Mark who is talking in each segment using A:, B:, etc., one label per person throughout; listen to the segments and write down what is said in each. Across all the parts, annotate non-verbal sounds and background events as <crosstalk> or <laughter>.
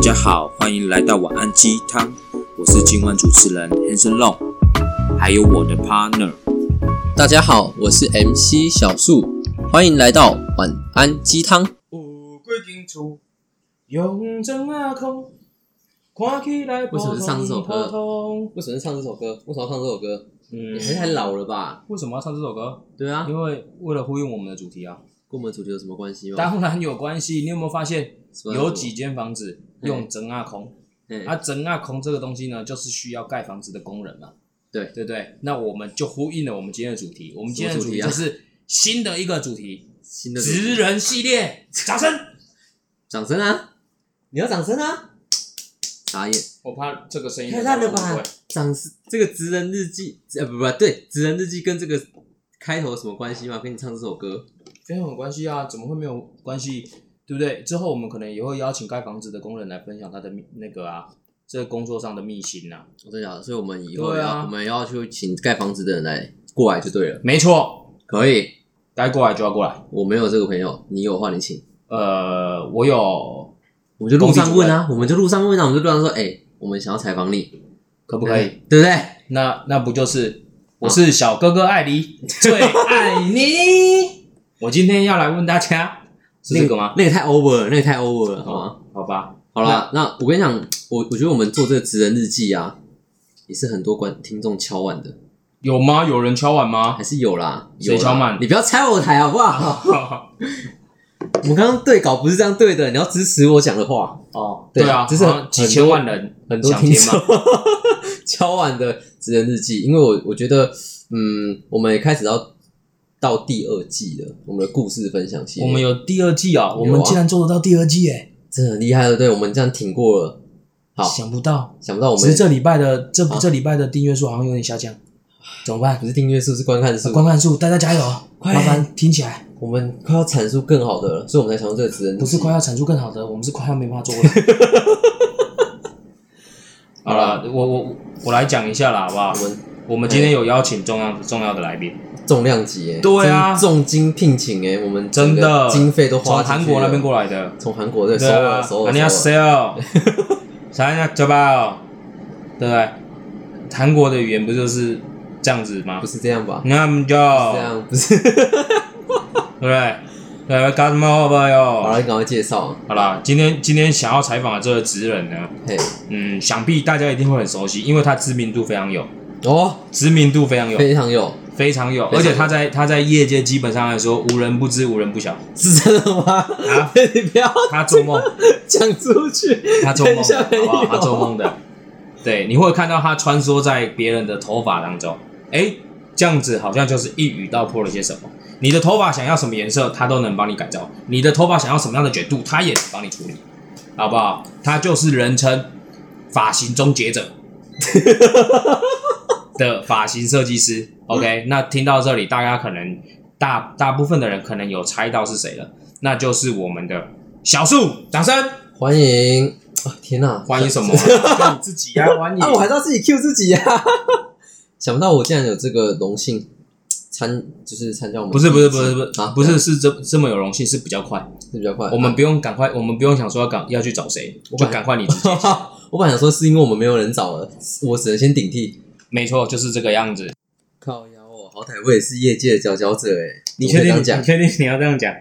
A: 家好，欢迎来到晚安鸡汤，我是今晚主持人 Hanson Long，还有我的 partner。
B: 大家好，我是 MC 小树，欢迎来到晚安鸡汤。
C: 有几间厝，用砖啊空，看起来普
B: 为什么
C: 通
B: 是唱这首歌
C: 普通。
B: 为什么唱这首歌？为什么要唱这首歌？
C: 嗯
B: 你还是太老了吧？
C: 为什么要唱这首歌？
B: 对啊，跟
C: 因为为了呼应我们的主题啊，
B: 我们主题有什么关系吗？
C: 当然有关系。你有没有发现
B: 是吧
C: 有几间房子用整啊空？
B: 嘿
C: 啊，整啊空这个东西呢，就是需要盖房子的工人嘛，
B: 对
C: 对不对？那我们就呼应了我们今天的主题，我们今天的主题
B: 什么
C: 就
B: 主题啊
C: 是新的一个主题
B: 新
C: ——
B: 的主
C: 职人系列，掌声！
B: 掌声啊！你要掌声啊！傻眼，
C: 我怕这个声音
B: 太烂了
C: 会
B: 吧？掌声！这个职人日记，呃，不不对，职人日记跟这个开头有什么关系吗？跟你唱这首歌，
C: 非常有关系啊，怎么会没有关系？对不对？之后我们可能也会邀请盖房子的工人来分享他的秘那个啊，这工作上的秘辛呐、啊。
B: 我哦真的假的？所以我们以后
C: 对
B: 要、
C: 啊
B: 我们要去请盖房子的人来过来就对了。
C: 没错，
B: 可以，
C: 该过来就要过来。
B: 我没有这个朋友，你有的话你请。
C: 呃，我有
B: 我们就路上问啊，我们就路上问啊，我们就路上说，哎、我们想要采访你，
C: 可不可以？
B: 对不对？
C: 那那不就是我是小哥哥艾迪，最爱你。 <laughs> 我今天要来问大家是这个吗？哦
B: 那个太 over，了，那个太 over 了，好吗？
C: 好啊吧，
B: 好啦，那我跟你讲，我我觉得我们做这个职人日记啊，也是很多观听众敲碗的，
C: 有吗？有人敲碗吗？
B: 还是有啦，有
C: 谁
B: 啦
C: 敲碗
B: 你不要拆我台好不好？ <laughs> 我们刚刚对稿不是这样对的，你要支持我讲的话，
C: <laughs> 哦，
B: 对
C: 对啊，
B: 这是
C: 好像几千万人
B: 很
C: 很
B: 多
C: 想
B: 听
C: 听
B: 众
C: 嘛。
B: <laughs> 敲碗的职人日记，因为我我觉得，嗯，我们也开始要到第二季了，我们的故事分享系列，
C: 我们有第二季啊，我
B: 有
C: 们
B: 啊
C: 竟然做得到第二季哎、
B: 真的很厉害了，对我们这样挺过了。好，
C: 想不到，
B: 想不到我
C: 只是
B: 们
C: 这礼拜的这
B: 啊
C: 这礼拜的订阅数好像有点下降，怎么办
B: 不？是订阅数，是观看数。
C: 观看数，大家加油！
B: 快
C: 麻烦听起来，
B: 我们快要产出更好的了，所以我们才想用这个职人日记。
C: 不是快要产出更好的，我们是快要没办法做了。 <laughs> 好了，我我我来讲一下啦，好不好
B: 我？们
C: 我们今天有邀请重要重要的来宾，
B: 重量级哎、
C: 对啊
B: 真重金聘请哎、我们
C: 真
B: 整个
C: 的
B: 经费都
C: 从
B: 花进去
C: 韩国那边
B: 来，
C: 过来的，
B: 从韩国对首
C: 对
B: 尔
C: 啊
B: 首，尔
C: 안녕하세
B: 首尔
C: 요，啥呀，九宝，对不对？韩国的语言不就是这样子吗
B: 不？是这样吧？
C: 那么就
B: 这
C: 啊哦
B: 样不是？
C: <laughs> 对不对？对，搞什么好不好
B: 好
C: 哟
B: 了，？你赶快介绍。
C: 好啦，今天今天想要采访的这个职人呢，
B: 嘿，
C: 嗯，想必大家一定会很熟悉，因为他知名度非常有，
B: 哦，
C: 知名度非常有，
B: 非常有，
C: 非常有，
B: 非
C: 而
B: 常有
C: 且他在他在业界基本上来说无人不知，无人不晓。
B: 是真的吗？
C: 啊
B: <laughs> 你不要
C: 他做梦，
B: 讲出去。
C: 他做梦
B: 等一
C: 的，
B: 下没有
C: 好不好？他做梦的，对，你会看到他穿梭在别人的头发当中，哎，这样子好像就是一语道破了些什么。你的头发想要什么颜色，他都能帮你改造；你的头发想要什么样的卷度，他也能帮你处理，好不好？他就是人称发型终结者的发型设计师。OK，那听到这里，大家可能大大部分的人可能有猜到是谁了，那就是我们的小树，掌声！
B: 欢迎啊！天哪，
C: 欢迎什 <laughs> 么、啊？你自己呀、欢迎。
B: 啊，我还知道自己 Q 自己啊呀、 <laughs> 想不到我竟然有这个荣幸参，就是参加我们
C: 不是不是不是不是
B: 啊，
C: 不是是这这么有荣幸，是比较快。
B: 是比较快。
C: 我们不用赶快，我们不用想说要赶要去找谁，
B: 我
C: 就
B: 本来
C: 赶快你 <laughs> 自己。
B: <laughs> 我本来想说是因为我们没有人找了，我只能先顶替。
C: 没错，就是这个样子。
B: 靠腰哦，好歹我也是业界的佼佼者哎。我可以这样讲？
C: 确定你要这样讲？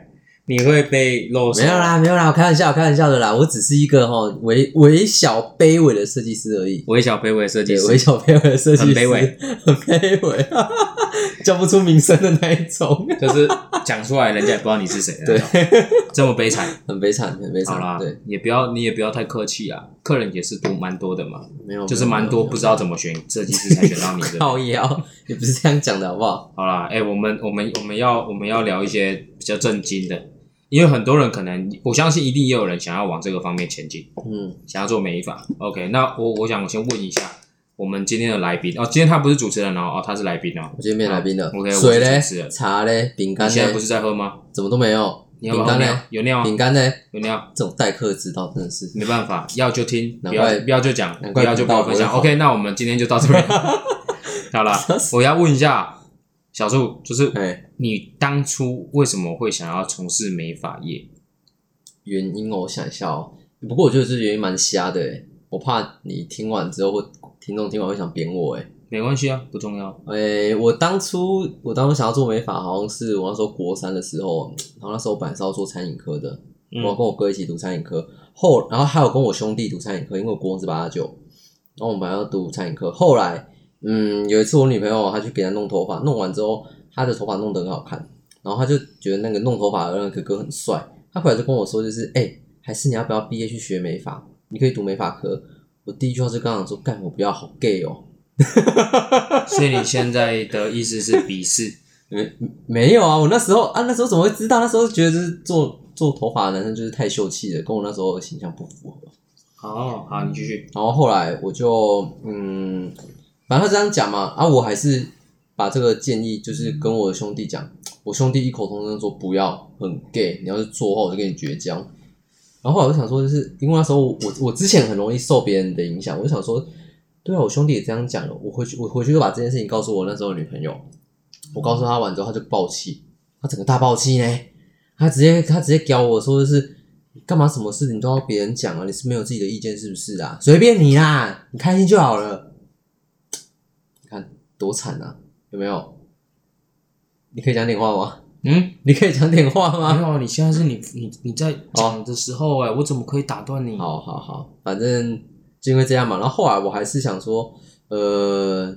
C: 你会被露
B: 没有啦，没有啦，我开玩笑，我开玩笑的啦。我只是一个哈微微小卑微的设计师而已，
C: 微小卑微设计
B: 对，微
C: 师，
B: 小卑微的设计师，
C: 很卑微，
B: 很卑微， <laughs> 叫不出名声的那一种，
C: 就是讲出来人家也不知道你是 <laughs> 谁。啊
B: 对，，
C: 这么悲 <laughs> 惨。
B: 很悲惨，很悲
C: 好
B: 惨，
C: 啦
B: 对，，
C: 也不要你也不要太客气啊，客人也是多蛮多的嘛，
B: 没有，
C: 就是蛮多
B: 没有
C: 不知道怎么选设计师才选到你的。
B: 靠腰，你不是这样讲的好不好？
C: 好啦，哎、我们我们我们要我们要聊一些比较震惊的，因为很多人可能我相信一定也有人想要往这个方面前进，
B: 嗯，
C: 想要做美发。OK，那我我想先问一下我们今天的来宾哦，今天他不是主持人哦，哦他是来宾哦。
B: 我今天没来宾了
C: 好。，OK，
B: 水
C: 我
B: 嘞
C: 是主持，人
B: 茶嘞，饼干
C: 你现在不
B: 嘞，
C: 是在喝吗？
B: 怎么都没有。
C: 你要不
B: 饼
C: 要喝
B: 干
C: 尿
B: 嘞，？
C: 有尿啊
B: 饼干嘞，
C: 有尿，
B: 这种待客之道真的是。
C: 没办法，要就听，
B: 难
C: 不
B: 怪
C: 要不要就讲，
B: 难
C: 不
B: 怪
C: 要就跟我分享。
B: 不到
C: OK，那我们今天就
B: <laughs>
C: 到这边。好啦，我要问一下小树，就是
B: 哎，
C: 你当初为什么会想要从事美发业？
B: 原因哦我想一下哦，不过我觉得这原因蛮瞎的哎，我怕你听完之后或听众听完会想扁我哎。
C: 没关系啊，不重要。
B: 诶、我当初我当初想要做美发，好像是我那时候国三的时候，然后那时候我本来是要做餐饮科的，
C: 嗯
B: 我跟我哥一起读餐饮科，后然后还有跟我兄弟读餐饮科，因为我国中是八加九，然后我们本来要读餐饮科，后来嗯有一次我女朋友她去给她弄头发，弄完之后她的头发弄得很好看，然后她就觉得那个弄头发的那个哥哥很帅，她回来就跟我说就是哎、还是你要不要毕业去学美发？你可以读美发科。我第一句话就刚想说，干我不要，好 gay 哦。
C: 所以你现在的意思是鄙视？
B: 没没有啊，我那时候啊，那时候怎么会知道？那时候觉得就是做做头发的男生就是太秀气了，跟我那时候的形象不符啊合。
C: <laughs> 哦，好，你继续。
B: 然后后来我就嗯，反正他这样讲嘛，啊，我还是把这个建议就是跟我的兄弟讲，我兄弟异口同声说不要，很 gay，你要是做的话我就跟你绝交。然后后来我就想说，就是因为那时候我我之前很容易受别人的影响，我就想说，对啊，我兄弟也这样讲了，我回去我回去就把这件事情告诉我那时候的女朋友，我告诉她完之后，她就爆气，她整个大爆气呢，她直接她直接屌我说的是。你干嘛什么事情都要别人讲啊？你是没有自己的意见是不是啊？随便你啦，你开心就好了。你看多惨啊，有没有？你可以讲点话吗？
C: 嗯，
B: 你可以讲点话
C: 没
B: 吗？
C: 有，你现在是你你你在讲的时候、哎、我怎么可以打断你？
B: 好好好，反正就因为这样嘛。然后后来我还是想说，呃，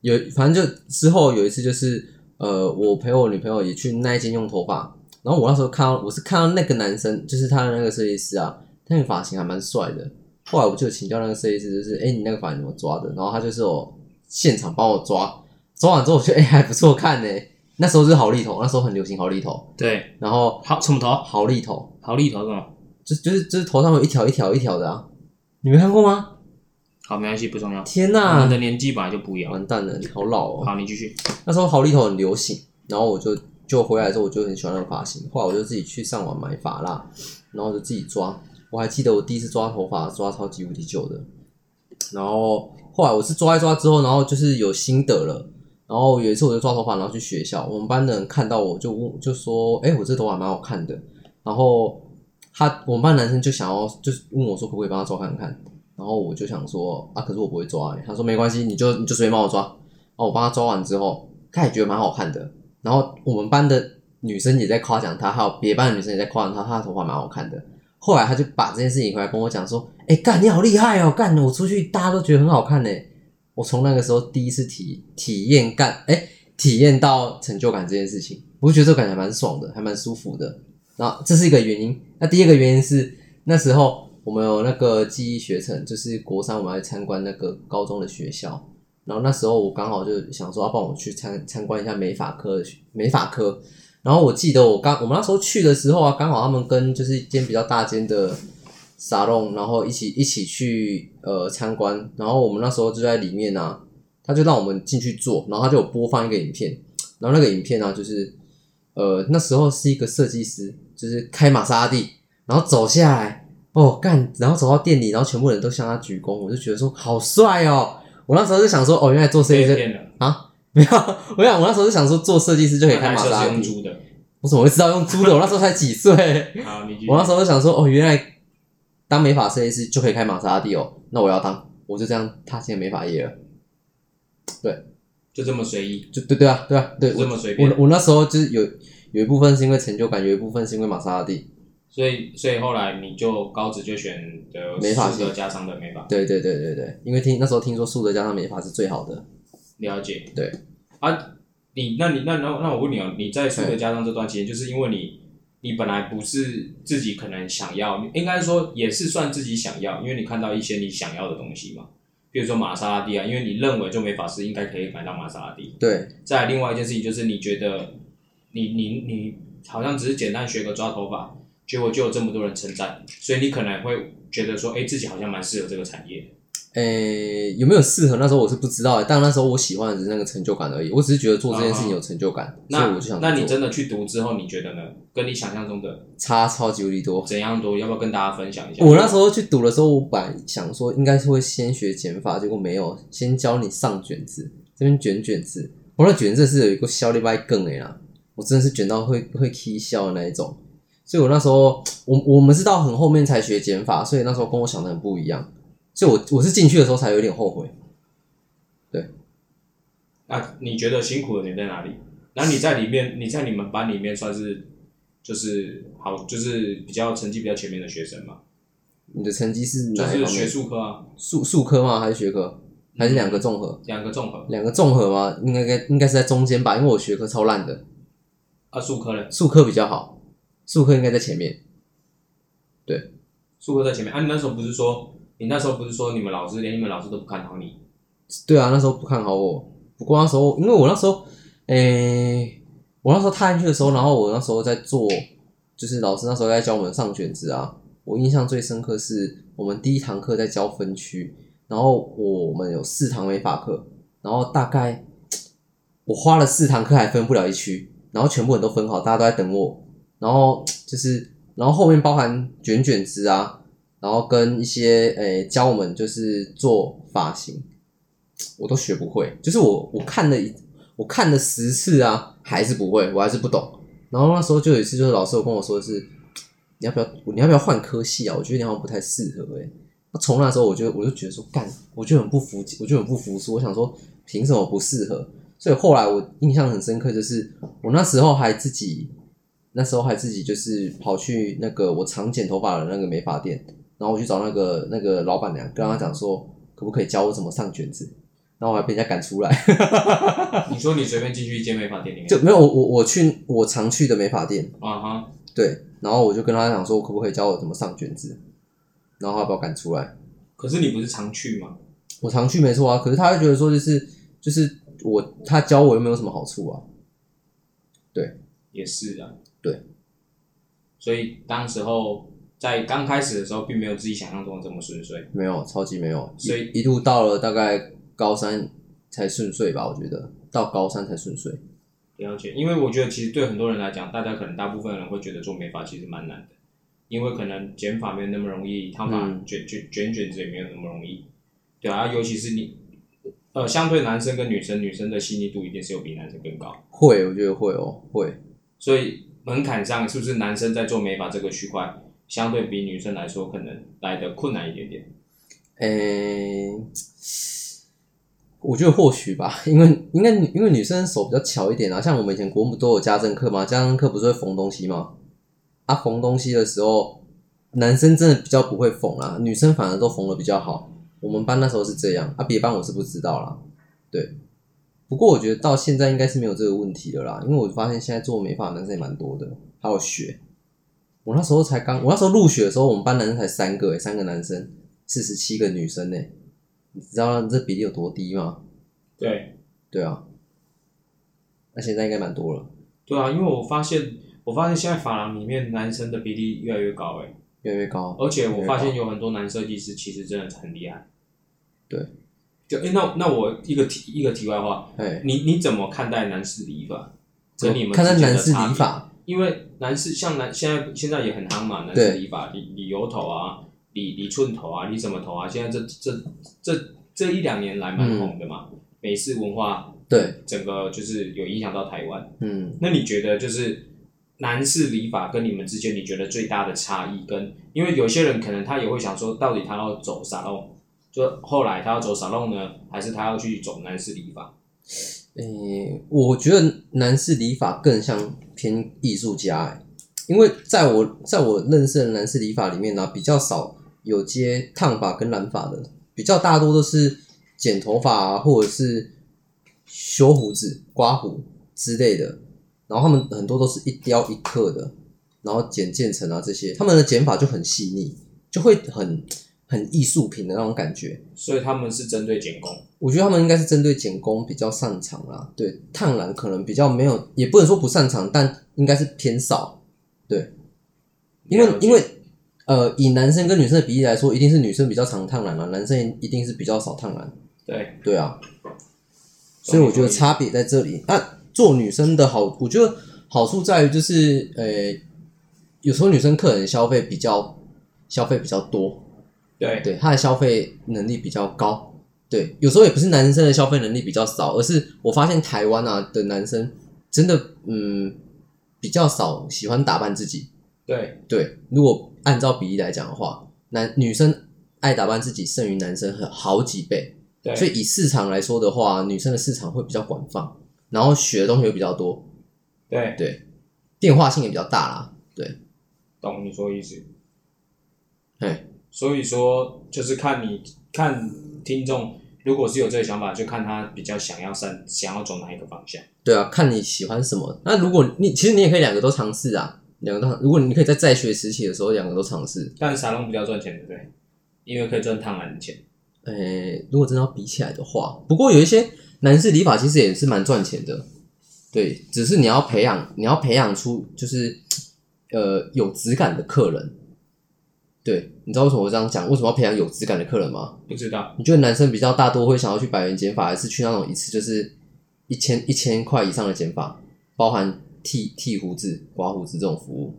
B: 有反正就之后有一次就是，呃，我陪我女朋友也去那一间用头发，然后我那时候看到我是看到那个男生，就是他的那个设计师啊，那个发型还蛮帅的。后来我就请教那个设计师，就是哎、诶你那个发型怎么抓的？然后他就是有现场帮我抓，抓完之后我觉得哎、诶还不错看呢、那时候是好利头，那时候很流行好利头，
C: 对，
B: 然后
C: 好，什么头？
B: 好利头，
C: 好利头是吗？
B: 就就是就是头上有一条一条一条的啊，你没看过吗？
C: 好，没关系，不重要。
B: 天
C: 我
B: 呐、
C: 们的年纪本来就不一样。
B: 完蛋了，你好老哦！
C: 好，你继续。
B: 那时候好利头很流行，然后我就就回来之后我就很喜欢那个发型，后来我就自己去上网买发蜡，然后就自己抓。我还记得我第一次抓头发抓超级无敌久的，然后后来我是抓一抓之后，然后就是有心得了。然后有一次我就抓头发，然后去学校，我们班的人看到我就问，就说：“哎、我这头发蛮好看的。”然后他我们班男生就想要，就是问我说可不可以帮他抓看看。然后我就想说啊，可是我不会抓、欸。他说没关系，你就你就随便帮我抓。然后我帮他抓完之后，他也觉得蛮好看的。然后我们班的女生也在夸奖他，还有别班的女生也在夸奖他，他的头发蛮好看的。后来他就把这件事情回来跟我讲说：“哎、干你好厉害哦，干我出去大家都觉得很好看呢。”我从那个时候第一次体体验干哎、体验到成就感这件事情，我就觉得这个感觉还蛮爽的，还蛮舒服的。那这是一个原因。那第二个原因是那时候我们有那个记忆学程，就是国三我们来参观那个高中的学校，然后那时候我刚好就想说，要帮啊我去参参观一下美法科的学美法科。然后我记得我刚我们那时候去的时候啊，刚好他们跟就是一间比较大间的沙龙，然后一起一起去呃参观，然后我们那时候就在里面啊，他就让我们进去坐，然后他就有播放一个影片，然后那个影片呢、啊就是呃那时候是一个设计师，就是开玛莎拉蒂，然后走下来，哦干，然后走到店里，然后全部人都向他鞠躬，我就觉得说好帅哦，我那时候就想说哦，原来做设计
C: 被
B: 师
C: 骗哎了，
B: 啊。没有，我想我那时候就想说做设计师就可以开
C: 看
B: 玛
C: 来
B: 莎拉
C: 是
B: 蒂
C: 用，租的。
B: 我怎么会知道用租的？我那时候才几岁。
C: <laughs> 好，你继续。
B: 我那时候就想说，哦，原来当美发设计师就可以开玛莎拉蒂哦，那我要当，我就这样踏进美发业了。
C: 就这么随意，
B: 就对对啊，对啊，对
C: 就
B: 我
C: 这么随便
B: 我。我那时候就是有有一部分是因为成就感，有一部分是因为玛莎拉蒂。
C: 所以，所以后来你就高职就选的
B: 美发系
C: 四个加上的美发，
B: 对对对对对，因为听那时候听说素德加上美发是最好的。
C: 了解。
B: 对
C: 啊，你那你那那那我问你哦，你在苏格加上这段期间，就是因为你你本来不是自己可能想要，应该说也是算自己想要，因为你看到一些你想要的东西嘛，比如说玛莎拉蒂啊，因为你认为做美发师应该可以买到玛莎拉蒂。
B: 对
C: 再来另外一件事情就是，你觉得你你你好像只是简单学个抓头发，结果就有这么多人称赞，所以你可能会觉得说，哎、自己好像蛮适合这个产业的。
B: 诶，有没有适合？那时候我是不知道的，欸但那时候我喜欢的只是那个成就感而已。我只是觉得做这件事情有成就感，所以
C: 啊那
B: 我就想
C: 那你
B: 做
C: 真的去读之后，你觉得呢？跟你想象中的
B: 差超级无敌多。
C: 怎样多？要不要跟大家分享一下？
B: 我那时候去读的时候，我本来想说应该是会先学减法，结果没有，先教你上卷子，这边卷卷子。我那卷子是有一个小礼拜更哎啦，我真的是卷到会会 K 笑的那一种。所以我那时候我我们是到很后面才学减法，所以那时候跟我想的很不一样，所以我我是进去的时候才有点后悔。
C: 那你觉得辛苦的点在哪里？那你在里面，你在你们班里面算是就是好，就是比较成绩比较前面的学生嘛，
B: 你的成绩是
C: 就
B: 哪一
C: 是
B: 方
C: 学
B: 面？
C: 术科啊，
B: 数数科吗？还是学科？还是两个综合？
C: 两个综合
B: 两个综合吗？应该该应该是在中间吧，因为我学科超烂的，
C: 啊，数科嘞，
B: 数科比较好，数科应该在前面。
C: 数科在前面啊。你那时候不是说你那时候不是说你们老师连你们老师都不看
B: <laughs>
C: 好你？
B: 对啊，那时候不看好我，不过那时候因为我那时候，诶、我那时候踏进去的时候，然后我那时候在做，就是老师那时候在教我们上卷子啊。我印象最深刻是我们第一堂课在教分区，然后我们有四堂美法课，然后大概我花了四堂课还分不了一区，然后全部人都分好，大家都在等我，然后就是然后后面包含卷卷子啊，然后跟一些诶、教我们就是做发型。我都学不会，就是我我看了一我看了十次啊，还是不会，我还是不懂。然后那时候就有一次，就是老师有跟我说的是，你要不要你要不要换科系啊？我觉得你好像不太适合哎、欸。那从那时候我就我就觉得说干，我就很不服，我就很不服输。我想说凭什么不适合？所以后来我印象很深刻，就是我那时候还自己那时候还自己就是跑去那个我常剪头发的那个美发店，然后我去找那个那个老板娘，跟她讲说可不可以教我怎么上卷子。然后我还被人家赶出
C: 嗯
B: 来，
C: 你说你随便进去一间美发店里面
B: 就没有我我我去我常去的美发店，
C: 啊哈，
B: 对，然后我就跟他讲说，可不可以教我怎么上卷子，然后他把我赶出来。
C: 可是你不是常去吗？
B: 我常去没错啊，可是他会觉得说就是就是我他教我又没有什么好处啊，
C: 也是啊，
B: 对。
C: 所以当时候在刚开始的时候，并没有自己想象中的这么顺遂。
B: 没有超级没有，
C: 所以
B: 一一路到了大概高三才顺遂吧，我觉得到高三才顺遂。
C: 了解，因为我觉得其实对很多人来讲，大家可能大部分人会觉得做美发其实蛮难的，因为可能剪发没有那么容易，烫发
B: 嗯
C: 卷卷卷卷子也没有那么容易，对啊，尤其是你，呃，相对男生跟女生，女生的细腻度一定是有比男生更高，
B: 会，我觉得会哦，会，
C: 所以门槛上是不是男生在做美发这个区块，相对比女生来说可能来的困难一点点？
B: 诶、我觉得或许吧，因为应该因为女生手比较巧一点啊，像我们以前国母都有家政课嘛，家政课不是会缝东西吗？啊，缝东西的时候，男生真的比较不会缝啦，女生反而都缝的比较好。我们班那时候是这样啊，别班我是不知道啦。对，不过我觉得到现在应该是没有这个问题了啦，因为我发现现在做美发的男生也蛮多的，还有学。我那时候才刚，我那时候入学的时候，我们班男生才三个、欸，三个男生，四十七个女生呢、欸你知道这比例有多低吗？
C: 对，
B: 对啊，那现在应该蛮多了，
C: 对啊，因为我发现，我发现现在发廊里面男生的比例越来越高哎，
B: 越来越高。
C: 而且我发现有很多男设计师其实真的很厉害。
B: 对。
C: 就哎，那那我一个题一个题外话，
B: 哎，
C: 你你怎么看待男士理发？
B: 怎
C: 跟
B: 么
C: 你们
B: 看
C: 之
B: 到
C: 间
B: 男
C: 的
B: 士
C: 差
B: 理
C: 别，
B: 发，
C: 因为男士像男现在现在也很夯嘛，男士
B: 对
C: 理发理理油头啊，理理寸头啊，理什么头啊，现在这这这这一两年来蛮
B: 嗯
C: 红的嘛，美式文化
B: 对，
C: 整个就是有影响到台湾。
B: 嗯，
C: 那你觉得就是男士理发跟你们之间，你觉得最大的差异跟？因为有些人可能他也会想说，到底他要走沙龙，就后来他要走沙龙呢，还是他要去走男士理发？
B: 诶，我觉得男士理发更像偏艺术家、欸，因为在我在我认识的男士理发里面呢、比较少有接烫发跟染发的，比较大多都是剪头发啊，或者是修胡子、刮胡之类的。然后他们很多都是一雕一刻的，然后剪渐层啊这些，他们的剪法就很细腻，就会很很艺术品的那种感觉。
C: 所以他们是针对剪工，
B: 我觉得他们应该是针对剪工比较擅长啦，对，烫染可能比较没有，也不能说不擅长，但应该是偏少，对，因为
C: 了解
B: 因为呃，以男生跟女生的比例来说，一定是女生比较常烫染嘛，男生一定是比较少烫染，
C: 对，
B: 对啊，所以我觉得差别在这里。那、做女生的好，我觉得好处在于就是，呃、有时候女生客人消费比较消费比较多，
C: 对
B: 对，他的消费能力比较高。对，有时候也不是男生的消费能力比较少，而是我发现台湾啊的男生真的嗯比较少喜欢打扮自己，
C: 对，
B: 对，如果按照比例来讲的话，男女生爱打扮自己胜于男生很好几倍，
C: 对
B: 所以以市场来说的话，女生的市场会比较广泛，然后学的东西会比较多，
C: 对，
B: 对，变化性也比较大啦。
C: 懂你说意思。
B: 哎，
C: 所以说，就是看你看听众，如果是有这个想法，就看他比较想要三想要走哪一个方向。
B: 对啊，看你喜欢什么。那如果你其实你也可以两个都尝试啊，两个都尝，如果你可以在在学时期的时候两个都尝试，
C: 但沙龙比较赚钱，对不对？因为可以赚烫染的钱。
B: 诶，如果真的要比起来的话，不过有一些男士理发其实也是蛮赚钱的，对，只是你要培养，你要培养出就是呃有质感的客人。对，你知道为什么我这样讲？为什么要培养有质感的客人吗？
C: 不知道，
B: 你觉得男生比较大多会想要去百元剪发，还是去那种一次就是一千一千块以上的剪发，包含剃剃胡子、刮胡子这种服务？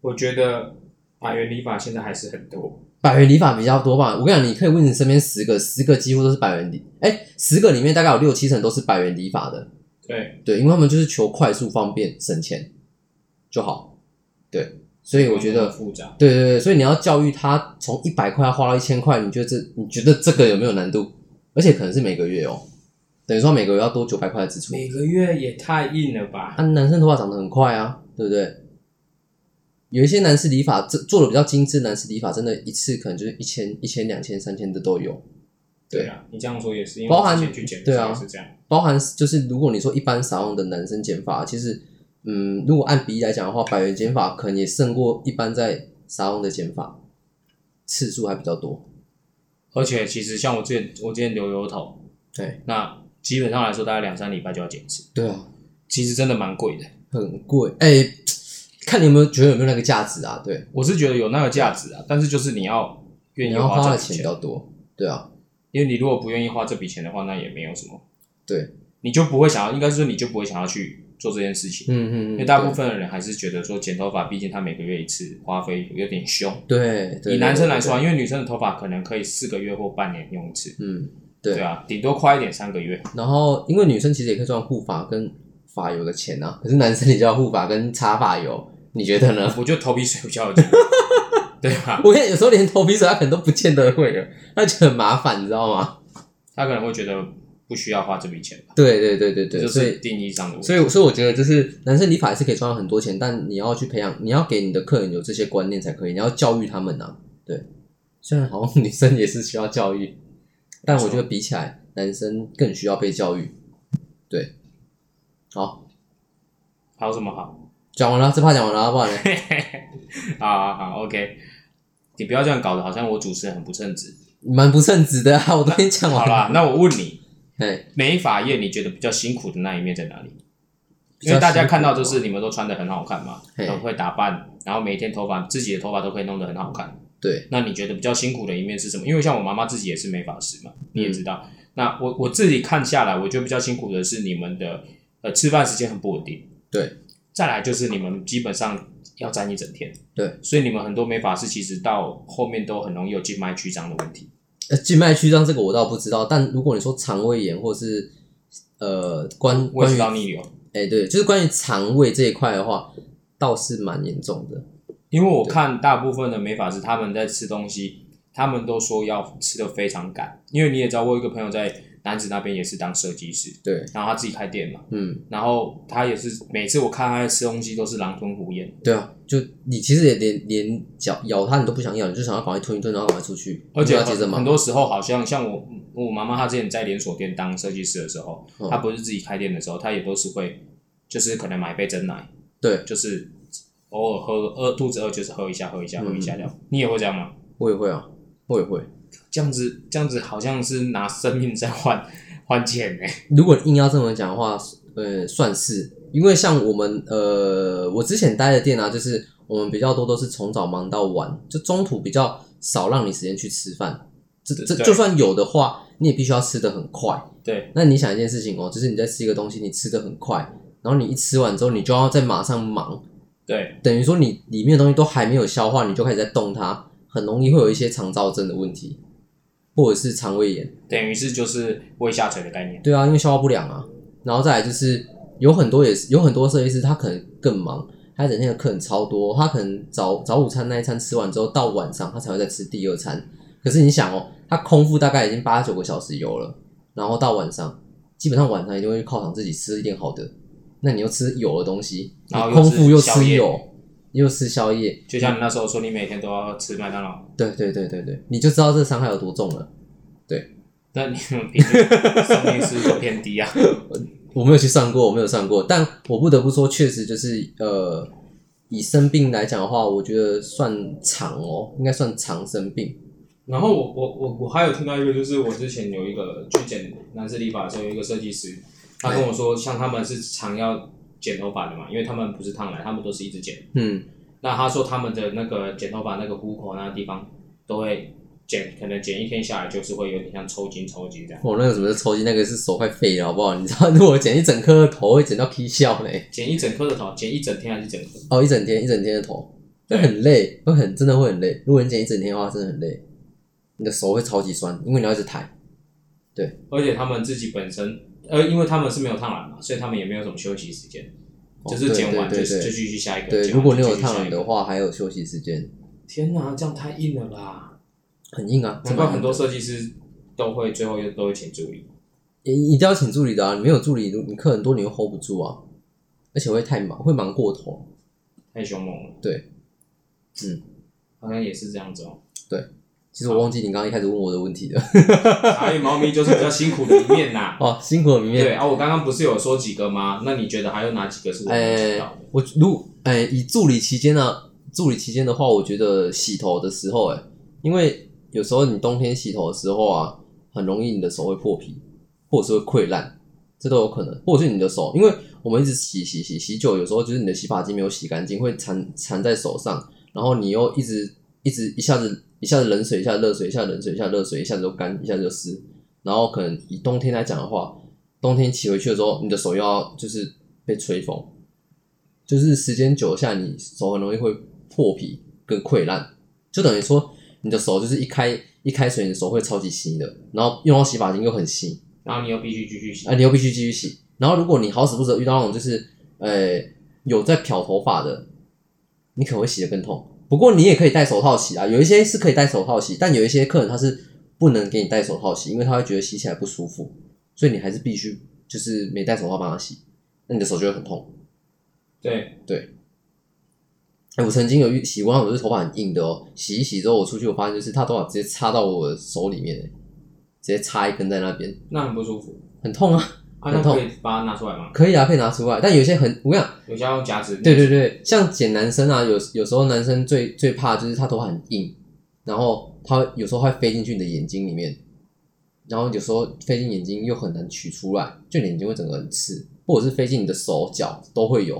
C: 我觉得百元理发现在还是很多。
B: 百元理发比较多吧。我跟你讲，你可以问你身边十个，十个几乎都是百元理，哎、十个里面大概有六七成都是百元理发的。
C: 对，
B: 对，因为他们就是求快速、方便、省钱就好。对，所以我觉得，
C: 复杂。
B: 对对对，所以你要教育他从一百块要花到一千块，你觉得这你觉得这个有没有难度？而且可能是每个月哦，等于说每个月要多九百块的支出。
C: 每个月也太硬了吧？
B: 啊，男生头发长得很快啊，对不对？有一些男士理发这做的比较精致，男士理发真的一次可能就是一千、一千、两千、三千的都有，
C: 对啊，你这样说也是，因为
B: 包
C: 我
B: 含
C: 之前去剪的
B: 对
C: 时
B: 啊
C: 候也是这样。
B: 包含就是如果你说一般少用的男生剪发，其实嗯，如果按比例来讲的话，百元剪发可能也胜过一般在沙龙的剪发次数还比较多。
C: 而且其实像我之前，我之前留油头，
B: 对
C: 那基本上来说大概两三礼拜就要剪一次，
B: 对啊，
C: 其实真的蛮贵的。
B: 很贵哎、看你有没有觉得有没有那个价值啊？对，
C: 我是觉得有那个价值啊，但是就是你要愿
B: 你
C: 意
B: 要花
C: 这
B: 的
C: 笔
B: 钱
C: 钱
B: 比，较多。对啊，
C: 因为你如果不愿意花这笔钱的话，那也没有什么，
B: 对，
C: 你就不会想要，应该是说你就不会想要去做这件事情。
B: 嗯嗯
C: 因
B: 嗯，
C: 为大部分的人还是觉得说剪头发，毕竟他每个月一次，花费有点凶。
B: 对对，
C: 以男生来说
B: 对
C: 啊，因为女生的头发可能可以四个月或半年用一次，
B: 对对嗯，
C: 对啊，顶多快一点三个
B: <laughs>
C: 月。
B: 然后因为女生其实也可以赚护发跟发油的钱啊，可是男生你就要护发跟擦发油，你觉得呢？
C: 我觉得头皮水比较
B: <laughs>
C: 有劲，对啊吧？
B: 我跟你有时候连头皮水他可能都不见得会了，他觉得很麻烦，你知道吗？
C: 他可能会觉得不需要花这笔钱吧，
B: 对对对对
C: 这
B: 对，
C: 就
B: 所
C: 是
B: 以
C: 定义上的问题。
B: 所以所以我觉得就是男生理发也是可以赚到很多钱，但你要去培养，你要给你的客人有这些观念才可以，你要教育他们啊。对，虽然好像女生也是需要教育，但我觉得比起来，男生更需要被教育。对，好，
C: 还有什么好？
B: 讲完了，这趴讲完了，不然呢？
C: 啊，好，OK，你不要这样搞得好像我主持人很不
B: <laughs>
C: 称职。
B: 蛮不称职的啊！我都 <laughs> 跟你讲
C: 好
B: 完了，
C: 啦，那我问你，
B: 哎，
C: 美发业你觉得比较辛苦的那一面在哪里？
B: 比较
C: 因为大家
B: 辛苦
C: 看到就是你嗯们都穿的很好看嘛，
B: 嘿
C: 很会打扮，然后每天头发自己的头发都可以弄得很好看。
B: 对，
C: 那你觉得比较辛苦的一面是什么？因为像我妈妈自己也是美发师嘛，你也知道。
B: 嗯
C: 那我我自己看下来，我觉得比较辛苦的是你们的呃吃饭时间很不稳定，
B: 对，
C: 再来就是你们基本上要站一整天，
B: 对，
C: 所以你们很多美发师其实到后面都很容易有静脉曲张的问题。
B: 呃，静脉曲张这个我倒不知道，但如果你说肠胃炎或是呃关
C: 胃
B: 关
C: 食
B: 于
C: 道逆流，
B: 哎对，就是关于肠胃这一块的话，倒是蛮严重的。
C: 因为我看大部分的美发师他们在吃东西，他们都说要吃的非常赶，因为你也知道，我有一个朋友在男子那边也是当设计师，
B: 对，
C: 然后他自己开店嘛，
B: 嗯，
C: 然后他也是每次我看他在吃东西都是狼吞虎咽，
B: 对啊，就你其实也连连嚼咬它你都不想咬，你就想要赶快吞一吞，然后赶快出去，
C: 而且
B: 要接着
C: 很
B: 嘛
C: 很。多时候好像像我我妈妈她之前在连锁店当设计师的时候，
B: 嗯
C: 她不是自己开店的时候，她也都是会就是可能买杯真奶，
B: 对，
C: 就是偶尔喝饿肚子饿就是喝一下喝一下
B: 嗯
C: 喝一下这样，你也会这样吗？
B: 我也会啊，我也会。
C: 这样子这样子好像是拿生命在换 <laughs> 换钱欸呢、
B: 如果硬要这么讲的话，呃，算是，因为像我们呃，我之前待的店啊，就是我们比较多都是从早忙到晚，就中途比较少让你时间去吃饭。这这
C: 对
B: 就算有的话，你也必须要吃的很快。
C: 对
B: 那你想一件事情哦，就是你在吃一个东西，你吃的很快，然后你一吃完之后，你就要再马上忙，
C: 对，
B: 等于说你里面的东西都还没有消化，你就开始在动它，很容易会有一些肠燥症的问题，或者是肠胃炎。
C: 等于是就是胃下垂的概念。
B: 对啊，因为消化不良啊，然后再来就是有很多也是有很多设计师，他可能更忙，他一整天的客人超多，他可能早早午餐那一餐吃完之后，到晚上他才会再吃第二餐。可是你想哦，他空腹大概已经八九个小时有了，然后到晚上，基本上晚上一定会去犒赏自己吃一点好的。那你又吃油的东西，你
C: 然后又
B: 空腹又
C: 吃宵
B: 吃
C: 夜
B: 油，又吃宵夜，
C: 就像你那时候说，你每天都要吃麦当劳，
B: 对对对对对，你就知道这伤害有多重了。
C: 那你们平均寿命是不是都偏低啊？
B: 我没有去上过，我没有上过，但我不得不说，确实就是呃，以生病来讲的话，我觉得算长哦，应该算长生病。
C: <laughs> 然后我我我我还有听到一个，就是我之前有一个去剪男士理发的时候，有一个设计师，他跟我说，像他们是常要剪头发的嘛，因为他们不是烫来，他们都是一直剪。
B: 嗯，
C: 那他说他们的那个剪头发那个虎口那个地方都会剪，可能剪一天下来就是会有点像抽筋抽筋这样，
B: 我那个什么抽筋，那个是手快废了，好不好？你知道，如果剪一整颗的头，会剪到劈笑呢。
C: 剪一整颗的头，剪一整天还是整颗？
B: 哦，一整天一整天的头，会很累，会很真的会很累。如果你剪一整天的话，真的很累，你的手会超级酸，因为你要一直抬。
C: 而且他们自己本身，呃，因为他们是没有烫染嘛，所以他们也没有什么休息时间，
B: 哦
C: 就是剪完就
B: 对对
C: 是就
B: 对
C: 继续下一个。
B: 对，对
C: 剪完
B: 如果你
C: 就
B: 有
C: 继续下
B: 烫
C: 一
B: 染
C: 个
B: 的，话，还有休息时间，
C: 天哪，这样太硬了啦！
B: 很硬啊。
C: 难怪
B: 这蛮硬
C: 很
B: 的
C: 多设计师都会最后又都会请助理。
B: 你一定要请助理的啊！你没有助理，你客很多，你又 hold 不住啊，而且会太忙，会忙过头。
C: 太凶猛了。
B: 对，嗯，
C: 好像也是这样子哦。
B: 其实我忘记你刚刚一开始问我的问题了。。
C: 茶与猫咪就是比较辛苦的一面呐
B: <laughs> 哦，辛苦了，明
C: 对
B: 面。
C: 啊，我刚刚不是有说几个吗？那你觉得还有哪几个是我没有
B: 哎、
C: 提到的？
B: 我如哎、以助理期间呢、助理期间的话，我觉得洗头的时候、哎，因为有时候你冬天洗头的时候啊，很容易你的手会破皮，或者是会溃烂，这都有可能，或者是你的手，因为我们一直洗洗洗洗久，有时候就是你的洗发精没有洗干净，会缠缠在手上，然后你又一直一直一下子一下子冷水，一下子热水，一下子冷水，一下子热水，一下子就干，一下子就湿，然后可能以冬天来讲的话，冬天骑回去的时候，你的手又要就是被吹风，就是时间久下，你手很容易会破皮跟溃烂，就等于说你的手就是一开一开水，你的手会超级稀的，然后用到洗发精又很稀，
C: 然后你又必须继续洗
B: 啊，。你又必须继续洗。然后如果你好死不死遇到那种就是呃有在漂头发的，你可能会洗得更痛。不过你也可以戴手套洗啊，有一些是可以戴手套洗，但有一些客人他是不能给你戴手套洗，因为他会觉得洗起来不舒服，所以你还是必须就是没戴手套帮他洗，那你的手就会很痛。
C: 对，
B: 哎，我曾经有遇洗过，我是头发很硬的哦，洗一洗之后我出去，我发现就是他头发直接插到我手里面，欸直接插一根在那边，
C: 那很不舒服。
B: 很痛啊。
C: 啊，
B: 很
C: 那
B: 痛
C: 可以把它拿出来吗？
B: 可以啊，可以拿出来，但有些很，我跟你讲。
C: 有些要用夹子。
B: 对对对，像剪男生啊，有有时候男生最最怕就是他头发很硬，然后他有时候会飞进去你的眼睛里面，然后有时候飞进眼睛又很难取出来，就你的眼睛会整个很刺，或者是飞进你的手脚都会有，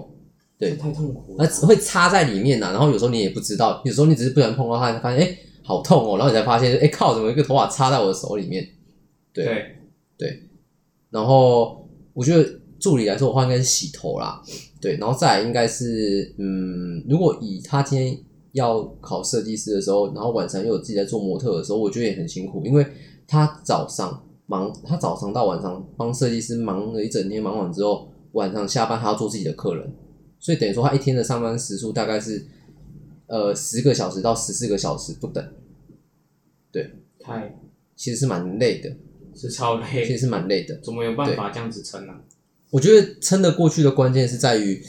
B: 对啊
C: 这太痛苦
B: 那
C: 了。
B: 会插在里面呐、啊然后有时候你也不知道，有时候你只是不小心碰到它，才发现哎、诶好痛哦，然后你才发现哎、诶靠，怎么有一个头发插在我的手里面？对
C: 对，
B: 然后我觉得助理来说的话，应该是洗头啦，对，然后再来应该是，嗯，如果以他今天要考设计师的时候，然后晚上又有自己在做模特的时候，我觉得也很辛苦，因为他早上忙，他早上到晚上帮设计师忙了一整天，忙完之后晚上下班还要做自己的客人，所以等于说他一天的上班时数大概是，呃，十个小时到十四个小时不等，
C: 太
B: 其实是蛮累的，
C: 是超
B: 其实
C: 累，
B: 是蛮累的。
C: 怎么有办法这样子撑呢？
B: 我觉得撑得过去的关键是在于，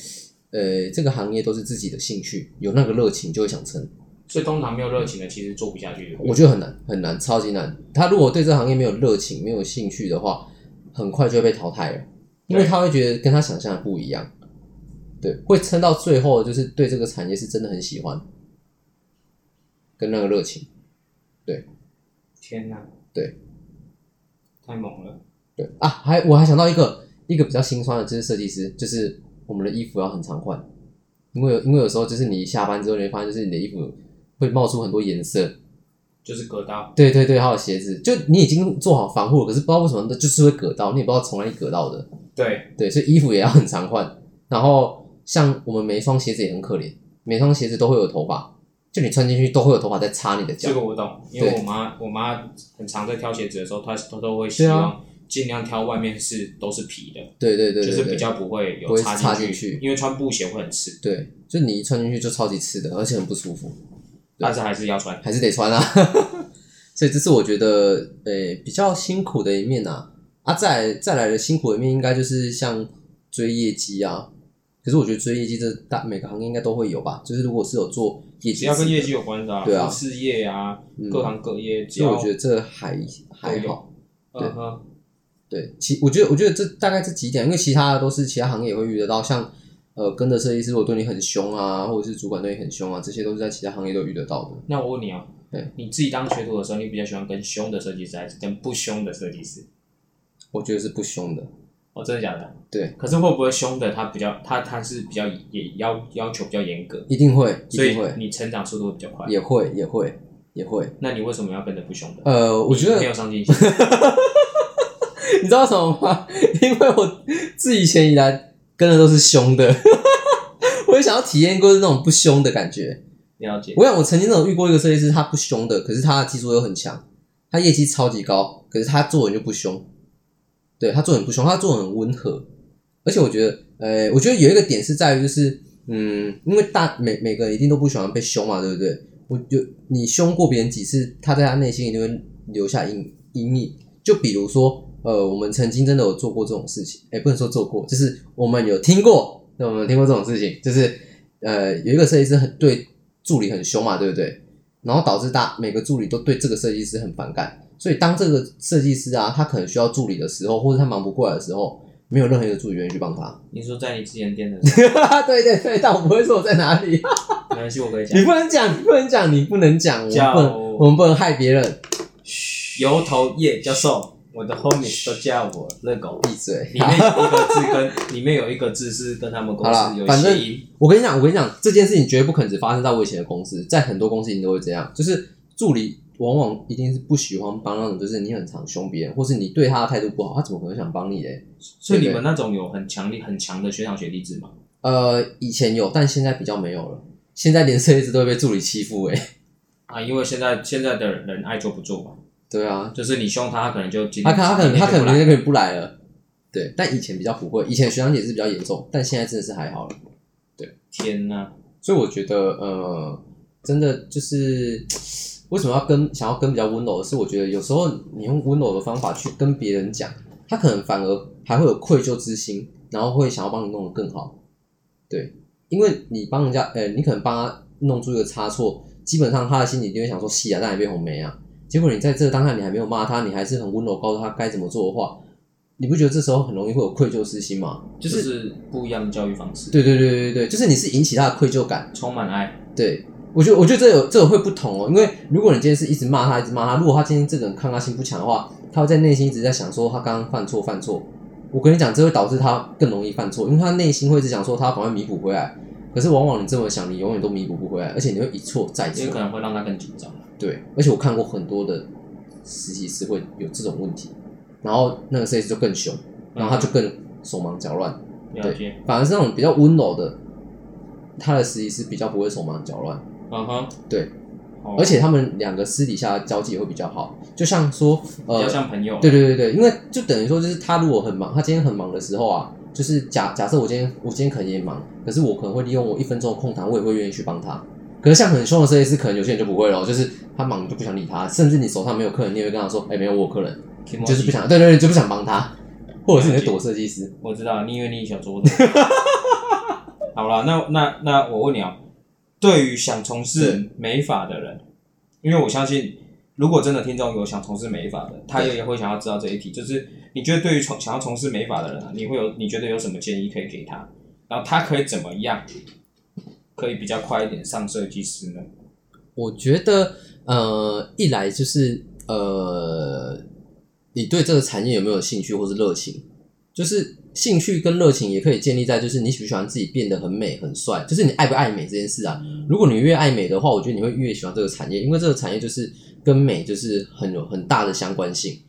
B: 呃，这个行业都是自己的兴趣，有那个热情就会想撑。
C: 所以通常没有热情的，其实做不下去。
B: 我觉得很难，很难，超级难。他如果对这个行业没有热情、没有兴趣的话，很快就会被淘汰了，因为
C: 对
B: 他会觉得跟他想象的不一样。对，会撑到最后，就是对这个产业是真的很喜欢，跟那个热情。
C: 天哪！
B: 对，
C: 太猛了。
B: 对啊，还我还想到一个一个比较心酸的，就是设计师，就是我们的衣服要很常换，因为有因为有时候就是你下班之后，你会发现就是你的衣服会冒出很多颜色，
C: 就是割刀，
B: 对对对，还有鞋子，就你已经做好防护了，可是不知道为什么就是会割到，你也不知道从哪里割到的，
C: 对，
B: 对，所以衣服也要很常换。然后像我们每一双鞋子也很可怜，每双鞋子都会有头发，就你穿进去都会有头发在插你的脚
C: 这个，我懂，因为
B: 对
C: 我妈我妈很常在挑鞋子的时候，她她都会希
B: 对啊
C: 望尽量挑外面是都是皮的，
B: 对对对对对，
C: 就是比较不会
B: 不
C: 有
B: 会
C: 插
B: 插
C: 进
B: 进去
C: 因为穿布鞋会很刺，
B: 对，就你一穿进去就超级刺的，而且很不舒服，啊
C: 但是还是要穿。
B: 还是得穿啊。 <laughs> 所以这是我觉得呃、比较辛苦的一面啊。啊，再来再来的辛苦的一面，应该就是像追业绩啊。可是我觉得追业绩这大每个行业应该都会有吧，就是如果是有做业绩，
C: 只要跟业绩，有关的、啊，
B: 对啊
C: 服饰业啊，
B: 嗯
C: 各行各业，只
B: 所以
C: 要
B: 我觉得这还还好。对
C: 嗯哼，
B: 对，其我觉得我觉得这大概这几点，因为其他的都是其他行业也会遇得到，像呃跟着设计师如果对你很凶啊，或者是主管对你很凶啊，这些都是在其他行业都遇得到的。
C: 那我问你啊
B: 对，
C: 你自己当学徒的时候，你比较喜欢跟凶的设计师还是跟不凶的设计师？
B: 我觉得是不凶的，
C: 哦，真的假的？
B: 对，
C: 可是会不会凶的他比较他他是比较也要要求比较严格，
B: 一定会，一
C: 所以
B: 定会，
C: 你成长速度会比较快。
B: 也会，也会，也会。
C: 那你为什么要跟着不凶的？
B: 呃，我觉
C: 你
B: 得
C: 没有上进心。
B: <laughs> 你知道为什么吗？ <laughs> 因为我自以前以来跟的都是凶的， <laughs> 我也想要体验过那种不凶的感觉。
C: 了解，
B: 我想我曾经那种遇过一个设计师，他不凶的，可是他的技术又很强，他业绩超级高，可是他做人就不凶，对他做人不凶，他做人很温和，而且我觉得，呃，我觉得有一个点是在于就是，嗯，因为大每每个人一定都不喜欢被凶嘛，对不对？我就你凶过别人几次，他在他内心一定会留下阴阴影。就比如说，呃，我们曾经真的有做过这种事情，哎，不能说做过，就是我们有听过，那我们有听过这种事情，就是呃，有一个设计师很对助理很凶嘛，对不对？然后导致大每个助理都对这个设计师很反感，所以当这个设计师啊，他可能需要助理的时候，或者他忙不过来的时候，没有任何一个助理愿意去帮他。 <laughs>
C: 你说在你之前店的时
B: 对对对，但我不会说我在哪里，
C: 候，没关系，我可以讲
B: <laughs> 你。不能讲，你不能讲，你不能讲，我们
C: 叫
B: 不能，我们不能害别人。
C: 油头叶教授，我的 homies 都叫我热狗。
B: 闭嘴。
C: 里面有一个字跟
B: <laughs>
C: 里面有一个字是跟他们公
B: 好啦
C: 司有
B: 反正
C: 谐音，
B: 我跟你讲，我跟你讲，这件事情绝对不可能只发生在我以前的公司，在很多公司一定都会这样，就是助理往往一定是不喜欢帮那种，就是你很常凶别人，或是你对他的态度不好，他怎么可能想帮你嘞？
C: 所以你们那种有很强力很强的学长学弟制嘛？
B: 呃，以前有，但现在比较没有了。现在连设计师都会被助理欺负哎、
C: 啊，因为现在现在的人爱做不做嘛，
B: <laughs> 对啊，
C: 就是你凶他，他可能就今
B: 他
C: 天
B: 他可能他可能
C: 今
B: 那
C: 天
B: 个不来了，对。但以前比较不会，以前学长姐是比较严重，但现在真的是还好了。
C: 就不来天啊呐，
B: 所以我觉得，呃，真的就是为什么要跟想要跟比较温柔的是，我觉得有时候你用温柔的方法去跟别人讲，他可能反而还会有愧疚之心，然后会想要帮你弄得更好。对，因为你帮人家，呃，你可能帮他弄出一个差错，基本上他的心里就会想说，戏啊，但也变红梅啊。结果你在这个当下，你还没有骂他，你还是很温柔告诉他该怎么做的话，你不觉得这时候很容易会有愧疚之心吗？
C: 就
B: 就是
C: 是不一样的教育方式，
B: 对对对对对，就是你是引起他的愧疚感，
C: 充满爱，
B: 对，我觉得我觉得这有这有会不同哦，因为如果你今天是一直骂他，一直骂他，如果他今天这个人抗压性不强的话，他会在内心一直在想说他刚刚犯错犯错。我跟你讲，这会导致他更容易犯错，因为他内心会一直想说他要赶快弥补回来。可是往往你这么想，你永远都弥补不回来，而且你会一错再
C: 因
B: 错
C: 为。可能会让他更紧张。
B: 对，而且我看过很多的实习师会有这种问题，然后那个设计师就更凶，然后他就更手忙脚乱。
C: 了解，
B: 反而是那种比较温柔的，他的实习师比较不会手忙脚乱。
C: 嗯哼，
B: 对，
C: 哦
B: 而且他们两个私底下交际也会比较好，就像说，
C: 比较
B: 呃，
C: 像朋友，
B: 对对对对，因为就等于说，就是他如果很忙，他今天很忙的时候啊，就是假假设我今天我今天可能也忙，可是我可能会利用我一分钟的空档，我也会愿意去帮他。可是像很凶的设计师，可能有些人就不会咯，就是他忙你就不想理他，甚至你手上没有客人，你也会跟他说，哎、没有我有客人，
C: Kimochi
B: 你就是不，想，对对对，你就不想帮他，或者是你在躲设计师。
C: 我知道，你以为你小桌子。
B: <laughs>
C: 好了，那那那我问你啊，对于想从事美发的人，因为我相信，如果真的听众有想从事美发的，他也会想要知道这一题，就是你觉得对于从想要从事美发的人啊，你会有你觉得有什么建议可以给他？然后他可以怎么样，可以比较快一点上设计师呢？
B: 我觉得，呃，一来就是呃，你对这个产业有没有兴趣或是热情？就是兴趣跟热情也可以建立在，就是你喜不喜欢自己变得很美、很帅，就是你爱不爱美这件事啊。如果你越爱美的话，我觉得你会越喜欢这个产业，因为这个产业就是跟美就是很有很大的相关性，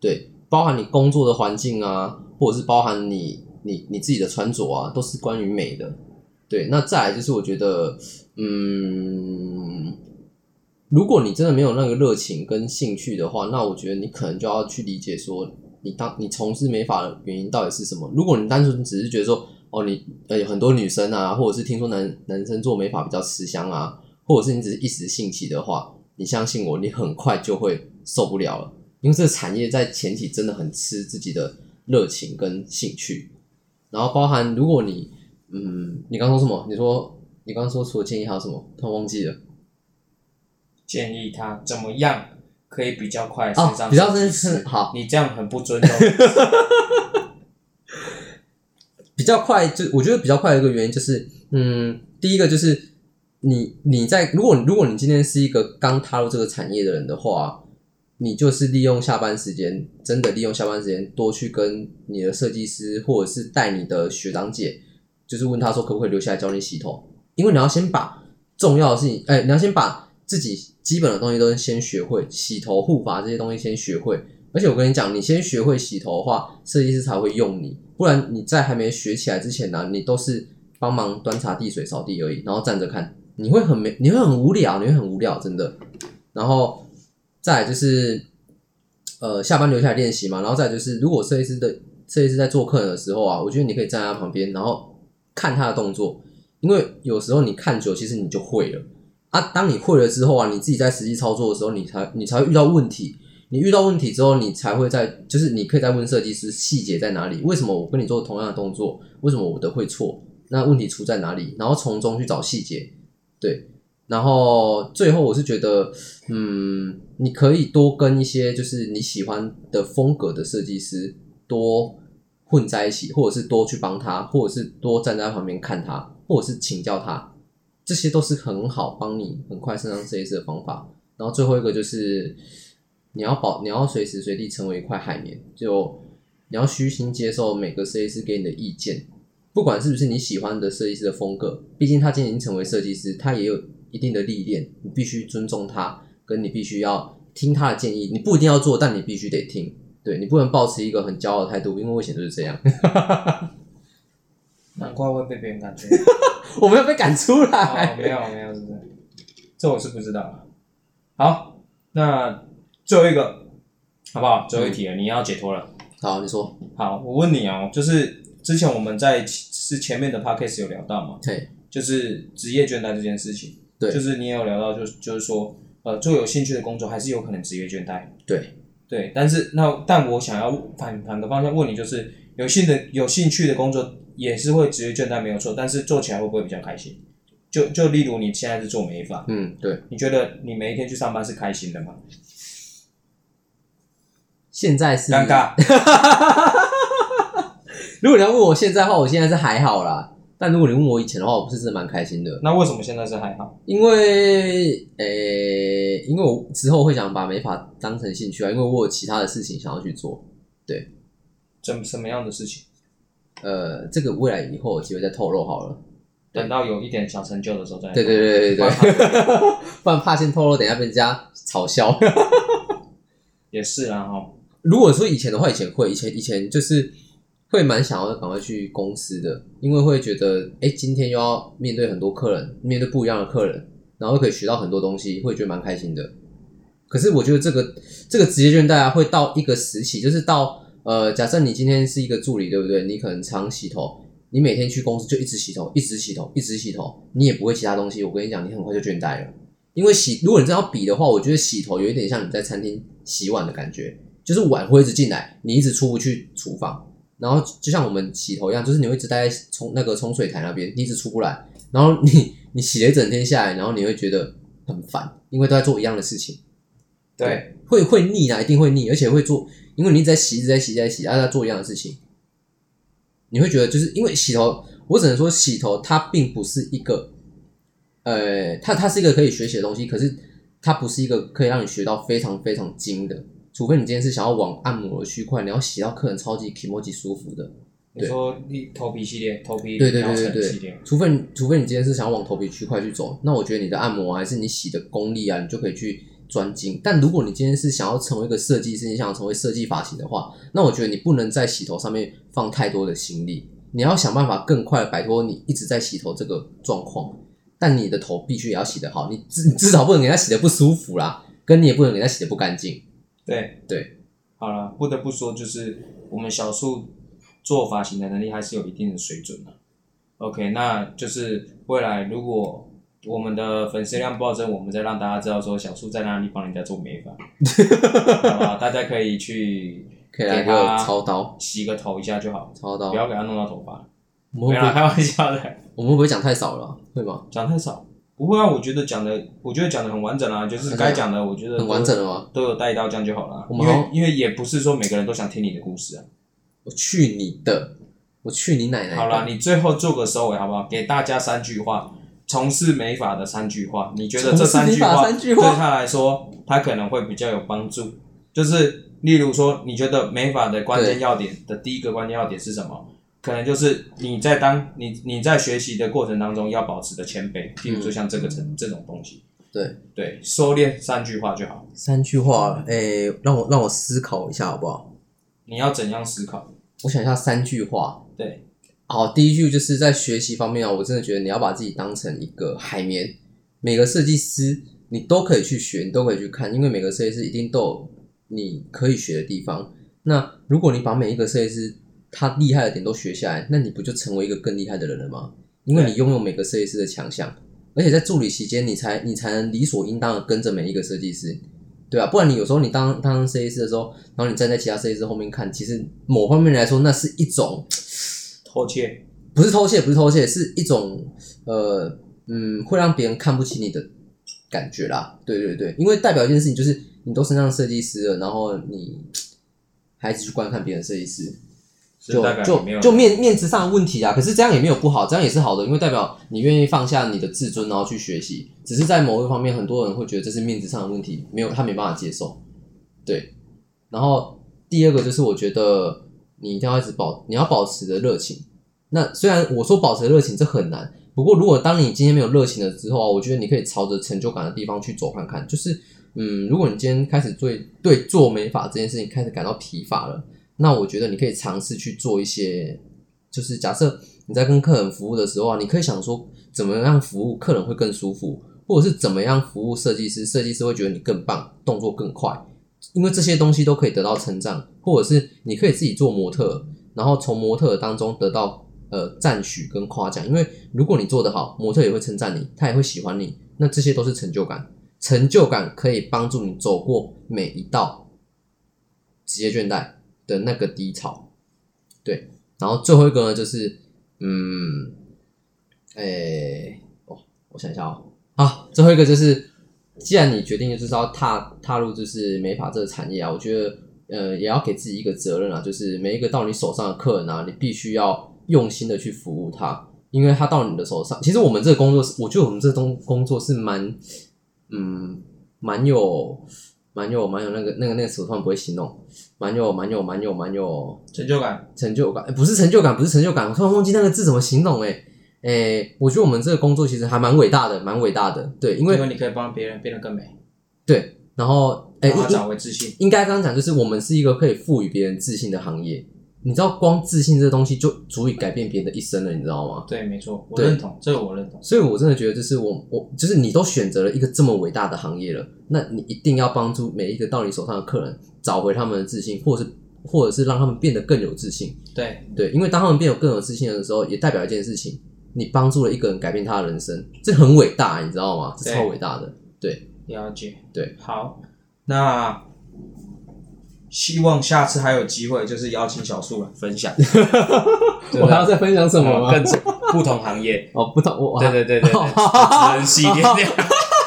B: 对，包含你工作的环境啊，或者是包含你你你自己的穿着啊，都是关于美的。对，那再来就是我觉得，嗯，如果你真的没有那个热情跟兴趣的话，那我觉得你可能就要去理解说，你当你从事美发的原因到底是什么？如果你单纯只是觉得说，哦，你呃有很多女生啊，或者是听说男男生做美发比较吃香啊，或者是你只是一时兴起的话，你相信我，你很快就会受不了了，因为这个产业在前期真的很吃自己的热情跟兴趣，然后包含如果你嗯，你刚说什么？你说你刚说除了建议还有什么？突然忘记了。
D: 建议他怎么样可以比较快
B: 啊
D: 升上、
B: 比较哦真是好，
D: 你这样很不
B: <laughs>
D: 尊重。
B: 比较快，就我觉得比较快的一个原因就是，嗯，第一个就是你你在如果如果你今天是一个刚踏入这个产业的人的话，你就是利用下班时间，真的利用下班时间多去跟你的设计师或者是带你的学长姐，就是问他说可不可以留下来教你洗头，因为你要先把重要的事情，哎、你要先把自己基本的东西都先学会，洗头、护发这些东西先学会，而且我跟你讲，你先学会洗头的话，设计师才会用你，不然你在还没学起来之前呢、你都是帮忙端茶递水、扫地而已，然后站着看，你会很没，你会很无聊，你会很无聊，真的。然后再来就是，呃，下班留下来练习嘛，然后再来就是，如果设计师的设计师在做客人的时候啊，我觉得你可以站在他旁边，然后看他的动作，因为有时候你看久，其实你就会了。啊，当你会了之后啊，你自己在实际操作的时候，你才你才会遇到问题，你遇到问题之后，你才会在，就是你可以再问设计师细节在哪里，为什么我跟你做同样的动作，为什么我的会错，那问题出在哪里，然后从中去找细节，对，然后最后我是觉得，嗯，你可以多跟一些就是你喜欢的风格的设计师多混在一起，或者是多去帮他，或者是多站在旁边看他，或者是请教他，这些都是很好帮你很快升上设计师的方法。然后最后一个就是你要保，你要随时随地成为一块海绵，就你要虚心接受每个设计师给你的意见，不管是不是你喜欢的设计师的风格，毕竟他今天已经成为设计师，他也有一定的历练，你必须尊重他，跟你必须要听他的建议，你不一定要做，但你必须得听。对你不能保持一个很骄傲的态度，因为我以前就是这样， <laughs>
D: 难怪会被别人感觉。
B: 我没有被赶出来。
D: 哦，没有没有，是不是？这我是不知道啊。好，那最后一个好不好？最后一题了，你要解脱了。
B: 好，你说，
D: 好，我问你哦，就是之前我们在其是前面的 podcast 有聊到嘛，
B: 对，
D: 就是职业倦怠这件事情。
B: 对
D: 就是你也有聊到，就是就是说，呃，做有兴趣的工作还是有可能职业倦怠。
B: 对，
D: 对，但是那但我想要反反个方向问你，就是有兴的有兴趣的工作也是会职业倦怠没有错，但是做起来会不会比较开心？就就例如你现在是做美发，
B: 嗯，对。
D: 你觉得你每一天去上班是开心的吗？
B: 现在是
D: 尴尬，
B: <laughs> 如果你要问我现在的话，我现在是还好啦。但如果你问我以前的话，我是真的蛮开心的，
D: 那为什么现在是还好？
B: 因为诶、因为我之后会想把美发当成兴趣啊，因为我有其他的事情想要去做。
D: 怎什么样的事情？
B: 呃，这个未来以后有机会再透露好了。对
D: 等到有一点小成就的时候再
B: 对对对对
D: 观
B: 对， <laughs>
D: 察
B: 不然怕先透露，等一下被人家嘲笑。
D: <laughs> 也是啦哈。
B: 如果说以前的话，以前会，以前以前就是会蛮想要赶快去公司的，因为会觉得，哎，今天又要面对很多客人，面对不一样的客人，然后又可以学到很多东西，会觉得蛮开心的。可是我觉得这个这个职业倦怠啊，会到一个时期，就是到呃，假设你今天是一个助理，对不对？你可能常洗头，你每天去公司就一直洗头，一直洗头，一直洗头，你也不会其他东西。我跟你讲，你很快就倦怠了。因为洗，如果你真的要比的话，我觉得洗头有一点像你在餐厅洗碗的感觉，就是碗会一直进来，你一直出不去厨房，然后就像我们洗头一样，就是你会一直待在冲那个冲水台那边，你一直出不来，然后你你洗了一整天下来，然后你会觉得很烦，因为都在做一样的事情，
D: 对，
B: 会会腻啊，一定会腻，而且会做，因为你一直在洗，一直在洗，一直在洗，然后在做一样的事情，你会觉得就是因为洗头，我只能说洗头它并不是一个，呃，它它是一个可以学习的东西，可是它不是一个可以让你学到非常非常精的，除非你今天是想要往按摩的区块，你要洗到客人超级 i m o j i 舒服的，
D: 你说你头皮系列、头皮
B: 对对
D: 疗
B: 对
D: 程
B: 对
D: 系
B: 对
D: 列，，
B: 除非你除非你今天是想要往头皮区块去走，那我觉得你的按摩啊还是你洗的功力啊，你就可以去专精。但如果你今天是想要成为一个设计师，你想要成为设计发型的话，那我觉得你不能在洗头上面放太多的心力，你要想办法更快的摆脱你一直在洗头这个状况。但你的头必须也要洗得好，你至你至少不能给人家洗得不舒服啦，跟你也不能给人家洗得不干净。
D: 对
B: 对，
D: 好了，不得不说，就是我们小树做发型的能力还是有一定的水准的、OK，那就是未来如果我们的粉丝量暴增，我们再让大家知道说小树在哪里帮人家做美发，
B: <laughs>
D: 好不好？大家可以去
B: 可以来
D: 给他
B: 个操刀，
D: 洗个头一下就好，
B: 操刀
D: 不。要给他弄到头发。
B: 我
D: 没有
B: 们会
D: 啦，
B: 不会
D: 开玩笑的，
B: 我们会不会讲太少了啊？会吗？
D: 讲太少。不会啊，我觉得讲的，我觉得讲的很完整啊，就是该讲的，我觉得
B: 很
D: 都
B: 完整了吗？
D: 都有带到，这样就好了。啊
B: 我
D: 因
B: 们
D: 为
B: 好
D: 因为也不是说每个人都想听你的故事啊。
B: 我去你的！我去你奶奶！
D: 好了，，你最后做个收尾好不好？给大家三句话，从事美发的三句话，你觉得这三句
B: 从事美发
D: 话
B: 三句话
D: 对他来说，他可能会比较有帮助。就是例如说，你觉得美发的关键
B: 对
D: 要点的第一个关键要点是什么？可能就是你在当你你在学习的过程当中要保持的谦卑，譬如说像这个这这种东西，
B: 嗯对
D: 对，收敛三句话就好。
B: 三句话，哎、让我让我思考一下好不好？
D: 你要怎样思考？
B: 我想一下，三句话。
D: 对，
B: 好，第一句就是在学习方面啊，我真的觉得你要把自己当成一个海绵，每个设计师你都可以去学，你都可以去看，因为每个设计师一定都有你可以学的地方。那如果你把每一个设计师他厉害的点都学下来，那你不就成为一个更厉害的人了吗？因为
D: 对
B: 你拥有每个设计师的强项，而且在助理期间，你才你才能理所应当的跟着每一个设计师，对啊，不然你有时候你当当设计师的时候，然后你站在其他设计师后面看，其实某方面来说，那是一种
D: 偷窃，
B: 不是偷窃，不是偷窃，是一种呃嗯，会让别人看不起你的感觉啦。对对对，因为代表一件事情就是你都升上设计师了，然后你还一直去观看别人设计师，
D: 是
B: 就
D: 大概没有
B: 就就面面子上的问题啊。可是这样也没有不好，这样也是好的，因为代表你愿意放下你的自尊，然后去学习。只是在某一方面，很多人会觉得这是面子上的问题，没有他没办法接受。对，然后第二个就是我觉得你一定要一直保，你要保持着热情。那虽然我说保持热情这很难，不过如果当你今天没有热情了之后啊，我觉得你可以朝着成就感的地方去走看看。就是嗯，如果你今天开始对对做美发这件事情开始感到疲乏了。那我觉得你可以尝试去做一些，就是假设你在跟客人服务的时候啊，你可以想说怎么样服务客人会更舒服，或者是怎么样服务设计师，设计师会觉得你更棒，动作更快，因为这些东西都可以得到成长，或者是你可以自己做模特，然后从模特当中得到呃赞许跟夸奖，因为如果你做得好，模特也会称赞你，他也会喜欢你，那这些都是成就感，成就感可以帮助你走过每一道职业倦怠。的那个低潮。对，然后最后一个呢，就是嗯，诶、哦，我想一下哦，好，最后一个就是，既然你决定就是要踏踏入就是美发这个产业啊，我觉得呃也要给自己一个责任啊，就是每一个到你手上的客人啊，你必须要用心的去服务他，因为他到你的手上，其实我们这个工作是，我觉得我们这东工作是蛮，嗯，蛮有。蛮有蛮有那个那个那个词，我突然不会形容，蛮有蛮有蛮有蛮有
D: 成就感，
B: 成就感、诶呃不是成就感，不是成就感，我突然忘记那个字怎么形容哎、诶哎、我觉得我们这个工作其实还蛮伟大的，蛮伟大的，对，因
D: 因
B: 为
D: 为你可以帮别人变得更美，
B: 对，然后哎、
D: 让他
B: 应
D: 找回自信。
B: 应该刚刚讲就是我们是一个可以赋予别人自信的行业，你知道光自信这东西就足以改变别人的一生了，你知道吗？
D: 对，没错，我
B: 对
D: 认同，这个我认同。
B: 所以，我真的觉得，就是我我就是你都选择了一个这么伟大的行业了，那你一定要帮助每一个到你手上的客人找回他们的自信，或者是或者是让他们变得更有自信。
D: 对，
B: 对，因为当他们变得更有自信的时候，也代表一件事情，你帮助了一个人改变他的人生，这很伟大，你知道吗？这
D: 对
B: 超伟大的。对，
D: 了解。
B: 对，
D: 好，那希望下次还有机会，就是邀请小树来分
C: <laughs>
D: 享。
B: <laughs>
C: 对不对
B: 再分享什，
C: 哦更是不同行业
B: 啊 <laughs>
C: <laughs>
B: 哦，不懂，我
C: 对对 <laughs> 对对对，只能细一点点。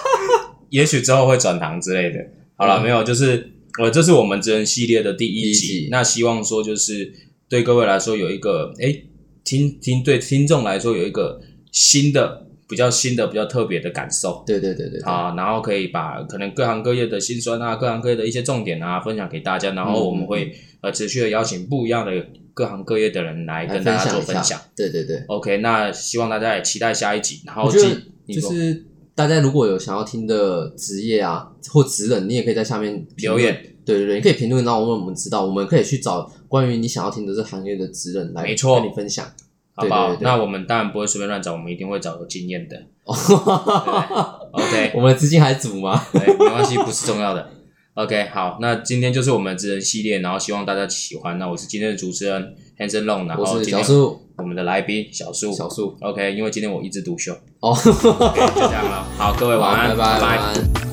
C: <laughs> 也许之后会转行之类的。好了，
B: 嗯
C: 没有，就是呃，这是我们职人系列的第一
B: 第一集
C: 集。那希望说就是对各位来说有一个哎、诶听听对听众来说有一个新的比较新的比较特别的感受。
B: 对对对对，对
C: 啊，然后可以把可能各行各业的辛酸啊，各行各业的一些重点啊，分享给大家。然
B: 嗯
C: 后我们会、呃持续的邀请不一样的各行各业的人来
B: 来
C: 跟大家做
B: 享一
C: 分享
B: 下。。对对对，
C: OK，那希望大家也期待下一集。然后
B: 我觉得
C: 记你
B: 就
C: 说
B: 是大家如果有想要听的职业啊或职人，你也可以在下面评论
C: 留。言，
B: 对对对，你可以评论，让我们我们知道，我们可以去找关于你想要听的这行业的职人来
C: 没错
B: 跟你分享。
C: 好不好
B: 对对对对
C: 那我们当然不会随便乱找，我们一定会找有经验的。对
B: <laughs>
C: OK，
B: 我们的资金还足吗？
C: 对，没关系，不是重要的。 OK，好，那今天就是我们职人系列，然后希望大家喜欢。那我是今天的主持人 Hanson Long，然
B: 我
C: 后
B: 是
C: 今
B: 小
C: 天
B: 树，
C: 我们的来宾小树。
B: 小
C: <laughs>
B: 树
C: OK，因为今天我一枝独秀，
B: 哦，
C: 就这样了。好，各位晚
B: 好
C: 安，
B: 拜拜
C: 拜
B: 晚安。